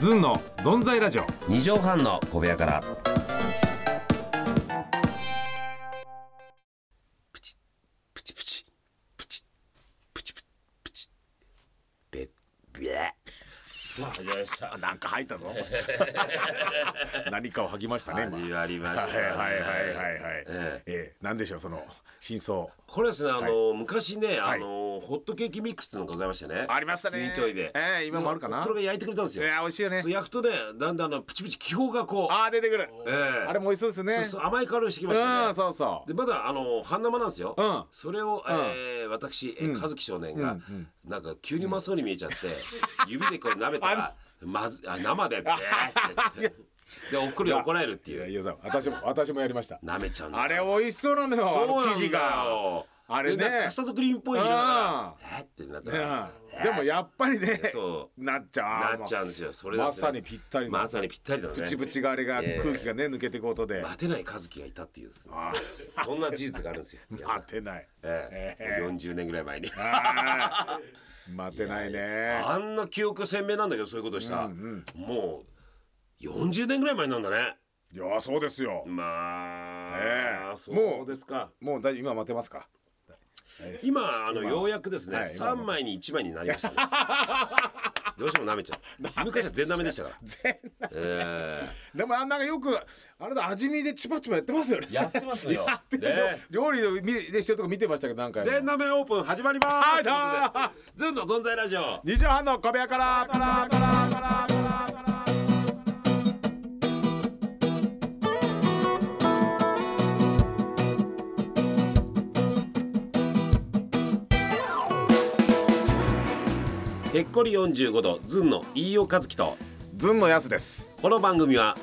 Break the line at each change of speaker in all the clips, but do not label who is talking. ずんのぞんざいラジオ
二畳半の小部屋から。プチプチプチプチプチプチべべ。
さあ始まりましたなんか入った ぞ何かを吐きましたね今
始まりました
はい
ね。
はいはいはいはい
ええ
ええなんでしょうその真相
これですね、あの、昔ね、
は
あ
い
の、ホットケーキミックスっていうのがございましてね。
ありましたね
イントイで。
ええ今もあるかな
これが焼いてくれたんです
い
よ。
や美味しいよね
そう焼くとね、だんだんあのプチプチ気泡がこう。
あー出てくる
ええ
あれも美味しそうですね
そうそう甘い香りをしてきましたね。
うんそうそう
でまだあの半生なんですよ、
うん
それを、
ん
えー私、えー和樹少年が、
うんうん
なんか急にうまそうに見えちゃって、指でこう舐めたらまずあ 生でって言ってでおっくり怒られるって
いや
いう
いやさ私も私もやりました
舐めちゃうんだ
あれ美味しそうなのよあ
そう
の
な
生
ん
地
だ
が
よ
あれね
でなんかカスタードクリームっぽい色だからえーってなったら、
うんでもやっぱりね
そ
なっちゃ
な
う
っちゃうんですよそれ
ま
ですね
さにぴったりの
まさにぴったりだね
プチプチがあれが
ええ
空気がね抜けていくことで
待てない和樹がいたっていうですね
あ
そんな事実があるんですよ皆さん
待てない
ええ
ええ
40年ぐらい前に
あー待てないね
あんな記憶鮮明なんだけどそういうことした、もう40年ぐらい前なんだね
いやそうですよ
まあ、
ええ
そうですか
もうだい今待てますか
今あのようやくですね、
はい今
三3枚に1枚になりました ねどうしても舐めちゃう昔は全舐めでしたから
全然
え
でもあんなんかよくあれだ味見でチュパチュパやってますよね
えやってますよ
で
ね
料理を見でしてるとこ見てましたけどなんか
全舐めオープン始まります
はいどうも
ずんの存在ラジオ
二畳半の小部屋から
ぺっこり45度ずんの飯尾和樹と
ずんのやすです
この番組は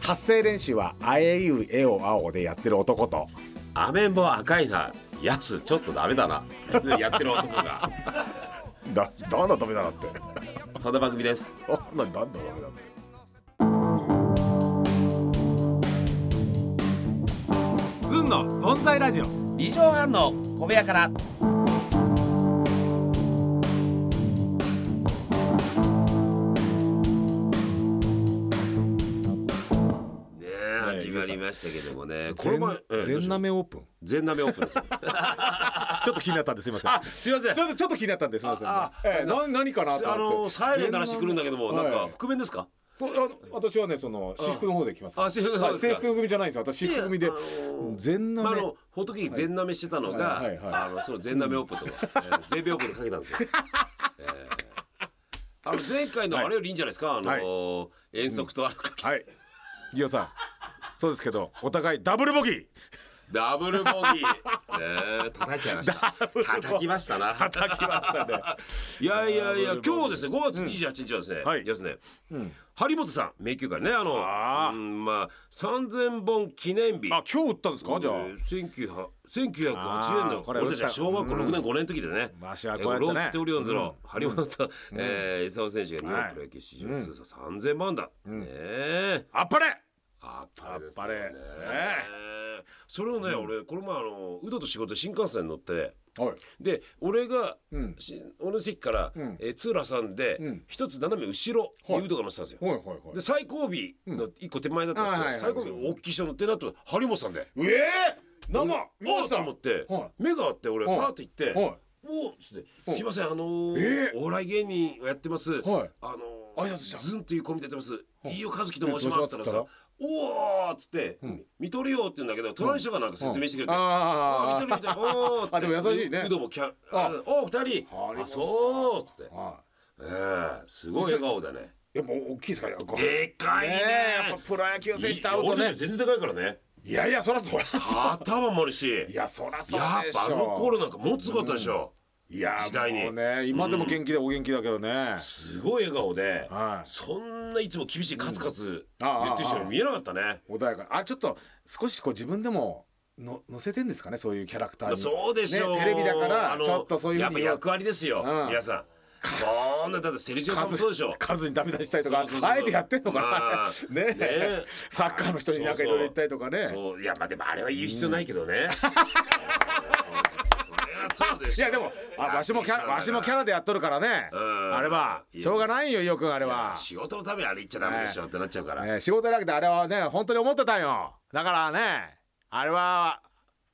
発声練習はあえいうえおあおでやってる男と
アメンボ赤いなやつちょっとダメだな やってる男が
だどんどんダメだなって
そんな番組です
どんどんどんどんダメだってずんの存在ラジオ
二畳半の小部屋から。
ね
ねえ
え
始まりましたけどもね。こ
全
の前ええ
全なめオープン
全鍋オープン ですよ。
ちょっと気になったんですいません
あすいま せん
ち。ょっとちょっと気になったんですすみません
ああ
ええな何かなと
あ
思っ
の
て
サイレン鳴らしてくるんだけども、
は
ないんか覆面ですか？
そうあの私はねその私服の方で来ますから
あ私服の方
はい
ですか
制服組じゃないんですよ私私服組で
いやあのー
全
まあ、あ
なめ
のホットケーキ全舐めしてたのが、
はいはいはい
あのその全舐めオープンと か、えー全米オープンでかけたんですよ。えーあの前回のあれよりいいんじゃないですか、あのー遠足とあのかき、
はいギオさんそうですけどお互いダブルボギー
ダブルボギ ー、えー、叩いちゃいました叩きましたな
叩きましたね
いやいやいや
ダブルボギー
今日ですね5月28日はですね、
はい
ですね、張本さん名球会ねあの
あー
うんまあ3000本記念日
あ今日打ったんですかじゃあ
えー1900 1980年
あー
の
これ
俺たちは小学校6年5年の時でね、
わしはこうやってね
えーロッテオリオンズの張本、えー功選手が日本プロ野球史上通算3000万だ、ねえ
あっぱれ
あっぱれですよ
あ
ね
っぱれね
それをね、俺この前あのウドと仕事で新幹線に乗って
はい
で俺が、
うん
し俺の席から、えー通路挟んで
うん
一、つ斜め後ろに
はい
ウドが乗ってたんですよ、
はいはいはい
で最後尾の一個手前だったんですけど、
うんあーはい
最
はい
後尾大きい人乗ってなと張本さんで。
うええ生見ま
お
し
ーと
た
思って、
は
目があって俺パ
はい
ーって行って
は
「
い
おーっつって「すいませんあのー
えー
お笑い芸人をやってます、
はい
あの
挨拶した
ズンというコンビでやってます、飯尾和樹と申します」って言ったら
どう
さ「おお!」っつって「見とるよ」って言うんだけど隣の人がなんか説明してくれて「あ
あ
ー見
ー
とる見とるおー」っつって
あでも優しいね
ううどもキャ
あ
あおお二人
あり
あ
ます
そう」っつって
は
えーすごい笑顔だね
いやっぱ大きいですからこれ
でかいね
やっぱプロ野球選手と会う
いや
と
俺た
ね
ち全然でかいから ね
いやいやそらそら
頭もあるし
いやそらそう
や
で
っ
しょ
ぱあの頃なんかもっとすごかったでしょ、
いや
時代に
もうね今でも元気でお元気だけどね
すごい笑顔で、
はい
そんないつも厳しいカツカツ
うんああ
言ってる人
ああ
に見えなかったね、
穏やかあちょっと少しこう自分でもの乗せてんですかねそういうキャラクターに
そうでしょう、
ねテレビだから
あの
ちょっとそういうふ
や
う
っ
に
ぱ役割ですよ、
うん
皆さんそんなだってセルジオさんもそうでしょ
数にダメ出したりとか
そうそうそうそう
あえてやってんのかな、
まあ
ね
ねえ
サッカーの人になんかいろいろ言ったりとかね
そういやまあでもあれは言う必要ないけどね、それ そうでし
い
ょ
やでもあわしもキャラわしもキャラでやっとるからね
うん
あれはい
や
しょうがないよ伊代君あれは、
仕事のためにあれ言っちゃダメでしょってなっちゃうから、
えー仕事じゃなくてあれはね本当に思ってたんよだからねあれは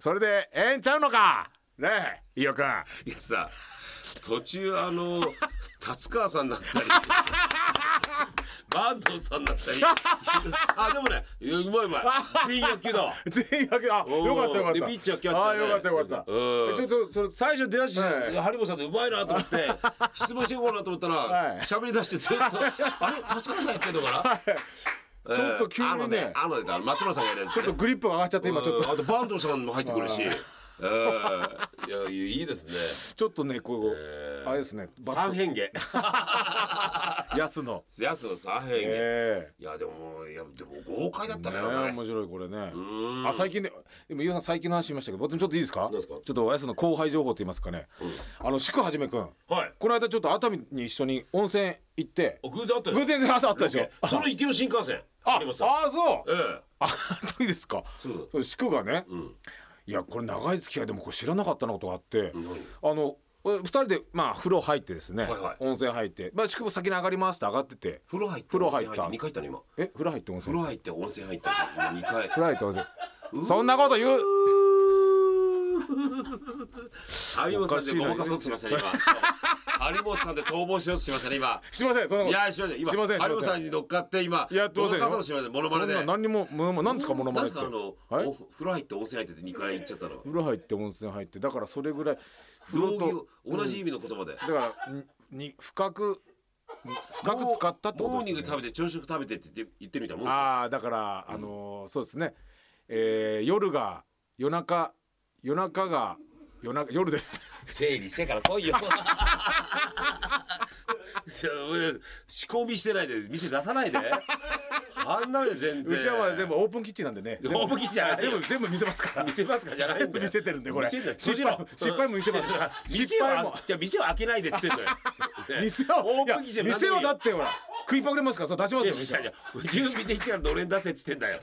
それでええんちゃうのかねえ伊代君
いやさ途中あの達川さんだったりバンドさんだったりあでもねいやうまいうまい全員野球だ
全員野球あ
うん
よかったよかった
でピッチャーキャッチャーね
あよかったよかった
うん
ちょっとそれ
最初出だし、
はい
張本さんでうまいなと思って質問していこうかなと思った
はい
ら喋、り出して ずっと「あれ達川さんやってんのかな?えー」
ちょっと急
あ
に
の
ね
あのねあの松村さんがやるやつ、
ちょっとグリップが上がっちゃって今ちょっ
うん
と
あとバンドさんも入ってくるし、うんいやいいですね
ちょっとねこう、あれですねバッ
三変化
安の
やすの三変化、
え
いやでもいやでも豪快だっ
え
たね
ね
なんか
え
ね
面白いこれね
うん
あ最近ねでも伊代さん最近の話しましたけど僕ちょっといいですか
何ですか
ちょっと安の後輩情報と言いますかね、あの祝はじめくん
はい
この間ちょっと熱海に一緒に温泉行って
あ偶然あったよ
偶然朝あったでしょあ
その行きの新幹線
あ
あります
あそう
ええ
あどうですか
そう
そう祝がね
うん
いやこれ長い付き合いでもこれ知らなかったなことがあって、
何
あのえ二人でまあ風呂入ってですね、
はいはい
温泉入ってまあ宿部先に上がりますって上がってて
風呂入って
風呂入った
温泉二回行ったね今
え風呂入って温
風
泉
呂入って温泉入った今 二
風
回
呂入って温泉そんなこと言う
有本さんでごま
おか
か
しいな
そうとしましたね今有本さんで逃亡しようとしましたね今
すいま せんそんなこ
い
と
やすいません今
すいませんすいません
有本さんに乗っかって今
いやどう
ご
せよ
まかそうとしましたモノ
そ
マネ
ん
で
な何にももうもう何ですかモノマネ
な
って
んかあの
はい
お風呂入って温泉入ってって二回行っちゃったの
風呂入って温泉入ってだからそれぐらい風
同
呂
義
と
を同じ意味の言葉で
だからにに深く深く使ったってこと
モー
で
ニ
す
ン
ね
グ食べて朝食食べてって言って言ってるみたいなもんですよ
ああだから、あのーそうですね、えー、夜が夜中夜中が夜中夜です ね
整理してから来いよそう仕込みしてないで店出さないであんなで全然
うちはまだ全部オープンキッチンなんでね全部
オープンキッチンじゃない
全部全部見せますから
見せますかじゃないんだよ
全部見せてるんでこれ
見せて
失敗も失敗も見せます
失
失
敗
敗
も
も
じゃあ店は開けないですって言ってんだよ
店
オ
を
ープンキッチン
いや
なんで
店
もい
を
いよ
だってほら食いパクれますからそう出しま
いやい
す
や
よ
いやいや準備できたらのれん出せっつってんだよ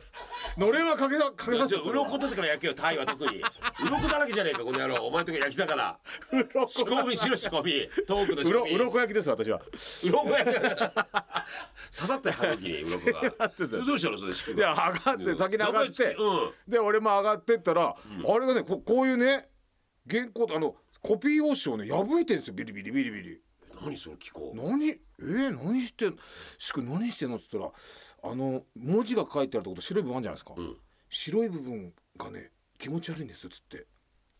のれんはかけさかけ
じゃ
ま
あ
す
じゃ
よ
あ鱗取ってから焼けよタイは特に鱗だらけじゃねえかこの野郎お前の時は焼き魚
鱗
仕込みしろ仕込みトークの仕
うろ
込み
うろこ焼きです私は
鱗 や刺さったよ歯茎に鱗が
すいません
どうしたのそれ仕組
で上がって先に上がって
うん
で俺も上がってったら、あれがねここういうね原稿あのコピー用紙をね破いてんですよビリビリビリビリ
何その気候
何えー、何してんしく何してんのって言ったらあの文字が書いてあるとこと白い部分あるじゃないですか、
ん
白い部分がね気持ち悪いんですよつって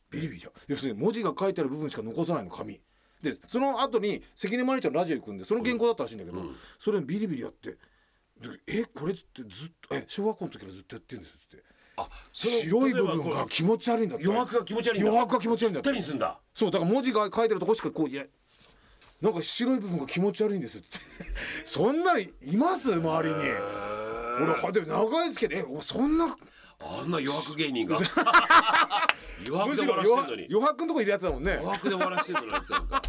ビリビリや要するに文字が書いてある部分しか残さないの紙でその後に関根麻里ちゃんのラジオ行くんでその原稿だったらしいんだけど、それビリビリやってでえこれっつってずっとえ小学校の時からずっとやってるんですっつって
あその
白い部分
例えば
が
こ
気持ち悪いんだっ
う
て
余白が気持ち悪いんだ
余白が気持ち悪いんだっ
ぴっ
て
たりにすんだ
そうだから文字が書いてるとこしかこういやなんか白い部分が気持ち悪いんですって そんなにいます周りに俺はでも長いですけどえおそんな
あんな余白 芸人が
むしろ余白
余白で終わらせてんのに
余白のとこいるやつだもんね
余白で終わらせてんのにあいつなんか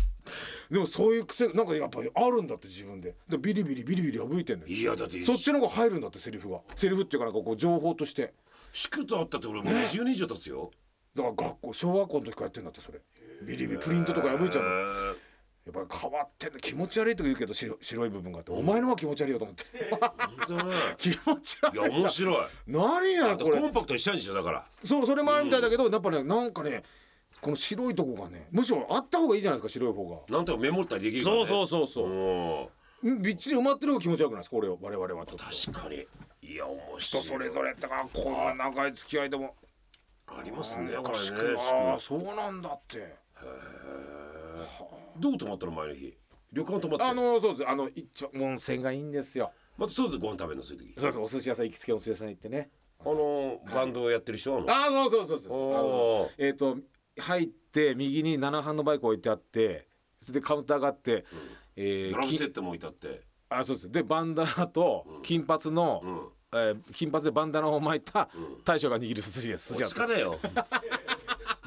でもそういう癖なんかやっぱりあるんだって自分ででビリビリビリビリ破いてんのよ
いやだって
そっちの方が入るんだってセリフがセリフっていうかなんかこう情報として
しくとあったって俺もう20年以上経つよ
だから学校小学校の時からやってんだってそれビリビリプリントとか破いちゃうの
へ
やっぱり変わってんの気持ち悪いとか言うけど白白い部分があってお前のは気持ち悪いよと思って
ー本当だね
気持ち悪
い
い
や面 白い
何や
だって
これ
コンパクトにしたいんでしょだから
そうそれもあるみたいだけど、やっぱねなんかねこの白いとこがねむしろあった方がいいじゃないですか白い方が
なんとかメモったりできるからね
うそうそ
うん
びっちり埋まってる方が気持ち悪くないですかこれを我々はちょっと
確かにいや面
人
白い
それぞれってかこんな長い付き合いでも
ありますね
な
こ
んか
れね
し
し
く
く
ああそうなんだって
どう泊まったの前の日旅館泊まって
あのそうですあの一番温泉がいいんですよ
また外でご飯食べるのそういう時
そうそうお寿司屋さん行きつけのお寿司屋さん行ってね
あのバンドをやってる人あの
ああそうそうそうそうあ
お
の
ー
えっ、と入って右に7班のバイク置いてあってそれでカウンターがあって、えー
ドラム
き
セットも置いてあって
あそうですでバンダナと金髪の、
うん
えー金髪でバンダナを巻いた大将が握る寿司です、
お
寿司屋さ
疲
ん
れよ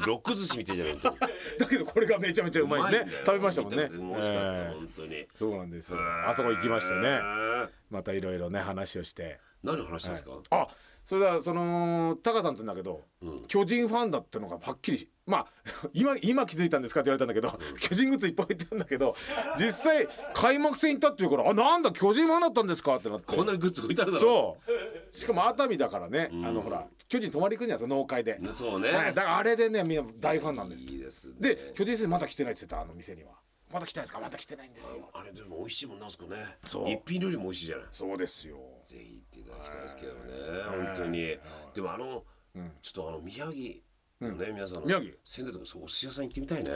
ロック寿司みたいじゃない本当に
だけどこれがめちゃめちゃう
う
まいね
んだよ
食べましたもんね、
見美味しかった
えー
本当に
そうなんですよ
へー
あそこ行きましてね
へー
またいろいろね話をして
何話したんですか、
あそれだそのタカさんって言うんだけど
うん
巨人ファンだってのがはっきりまあ 今今気づいたんですかって言われたんだけど、 巨人グッズいっぱい売ってるんだけど実際開幕戦行ったっていうからあなんだ巨人ファンだったんですかってなって
こんなにグッズ置いてあるだろ
そうしかも熱海だからね、あのほら巨人泊まり行くんじゃないですか納会で、
ねそうね、
はい、だからあれでねみんな大ファンなんです
いいですね
で巨人戦まだ来てないって言ってたあの店にはまだ来てないですかまだ来てないんですよ
あれでも美味しいもんなんすかね
そう
一品料理も美味しいじゃない
そうですよ
ぜひ行っていただきたいですけどね、本当に、でもあの、ちょっとあの宮城のね、皆さんの
宮城
仙台とかそうお寿司屋さん行ってみたいね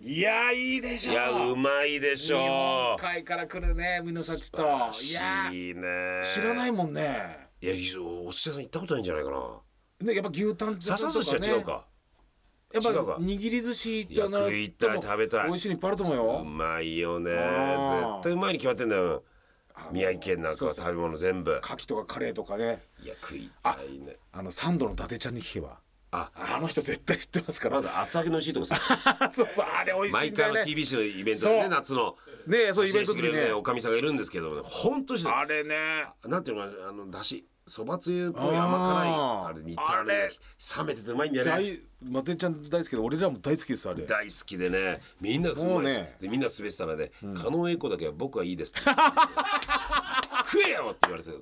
いやいいでし
い
ょ
やうまいでし
日本
ょう
海から来るね美濃崎と
素晴ら
い
し
や
いね
知らない
い
もんね
や非常お寿司屋さん行ったことないんじゃないかな
ねやっぱ牛タンとかね
笹寿司は違うか
やっぱ
違うか
握り寿司じゃ
い
な
や食いたい食べたい
美味しいのいっぱいあると思うよ、
うまいよね
あー
絶対うまいに決まってんだよ宮城県なんかは
そうそう
食べ物全部
牡蠣とかカレーとかね
いや食いたいね
あのサンドの伊達ちゃんに聞けば
あ
あの人絶対知ってますから、
まず厚揚げの美味しいとこさ
そうそうあれ美味しい
毎
んだ
回
よ
の
ね
TBC のイベントで
そ
ね
う
夏の
ねえそうイベントの
出し
時
てくれるね
ね
おかみさんがいるんですけどね本当に
あれね
なんていうのかなあのだしそばつゆっぽい甘辛い
あー
あれ煮たあれ
あれ
冷めててうまいんだよね
大マテちゃん大好きで俺らも大好きですあれ
大好きでねみんなう
も
ま
う
いです、
ね
でみんな滑ってたらね「狩野英孝だけは僕はいい です」って食えよ!」って言われてたんですね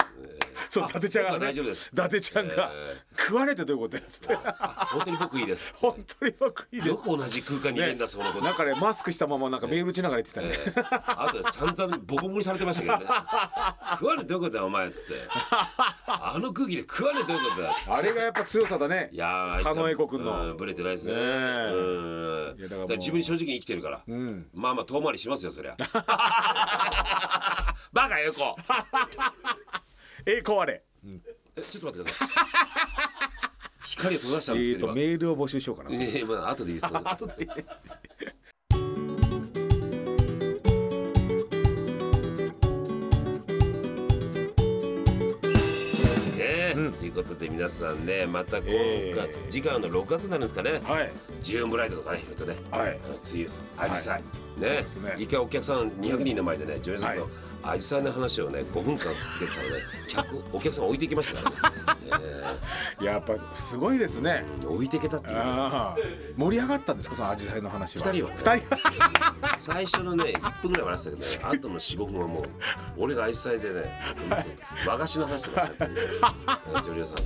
そう伊達ちゃんが、ね、
僕は大丈夫です
伊達ちゃんが、食われてどういうことやっつって
あ本当に僕いいです
本当によくいいで
よ
す
く同じ空間にいるんだ、その子
なんかねマスクしたままなんかメール打ちながら言ってたね、
あとで散々ボコボコにされてましたけどね 「食わねえどういうことだお前」っつって「あの空気で食わねえどういうことだ」っつって
あれがやっぱ強さだね
いやーあいつは
狩野英孝君の
うんブレてないですね
ねえ
うん
いやだからもう
だから自分に正直に生きてるから、
ん
まあまあ遠回りします よそりゃバカ英孝
え壊れ
えちょっと待ってください 光を閉ざした
え
んです
ー
けど
と
今
メールを募集しようかな
ええまあ後でい いですよ。後で。ねえということで皆さんねまた今回、
ええ
次回の6月になるんですかね
はい
ジューンブライドとかねいろいろとね、
はい
あの梅雨アジサイね
すね
一回お客さん200人の前でねジョイさん
は
とアジサイの話をね5分間続けてたらね客お客さん置いていきましたからね、
やっぱすごいですね
えー置いていけたっていうね
ああ盛り上がったんですかそのアジサイの話は
二人はね
二人は
最初のね1分ぐらい笑ってたけどねあとの45分はもう俺が愛妻でね、和菓子の話とかしちゃってねジョリオさんと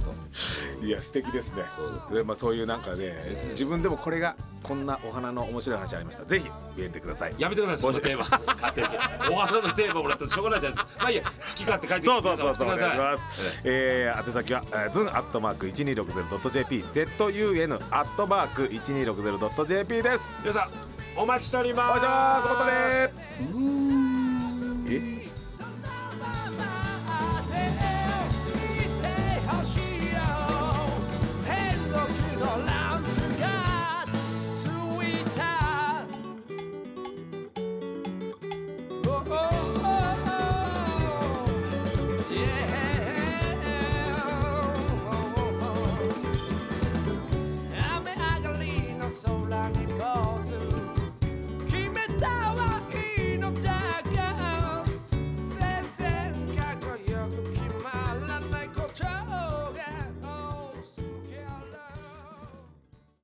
いや素敵ですね
そうですね
でまあそういうなんかね自分でもこれがこんなお花の面白い話ありましたぜひ言えてください
やめてくださいそのテーマ勝手にお花のテーマもらったらしょうがないじゃないですかまあいいや好き勝手書いて
そうそうそうそうお願い
くだ
し
さ
ます。えー、宛先はズンアットマーク一二六ゼロドット jp、z u n アットマーク一二六ゼロドット jp です。
皆さんお待ちしております
お願いします。またね
うー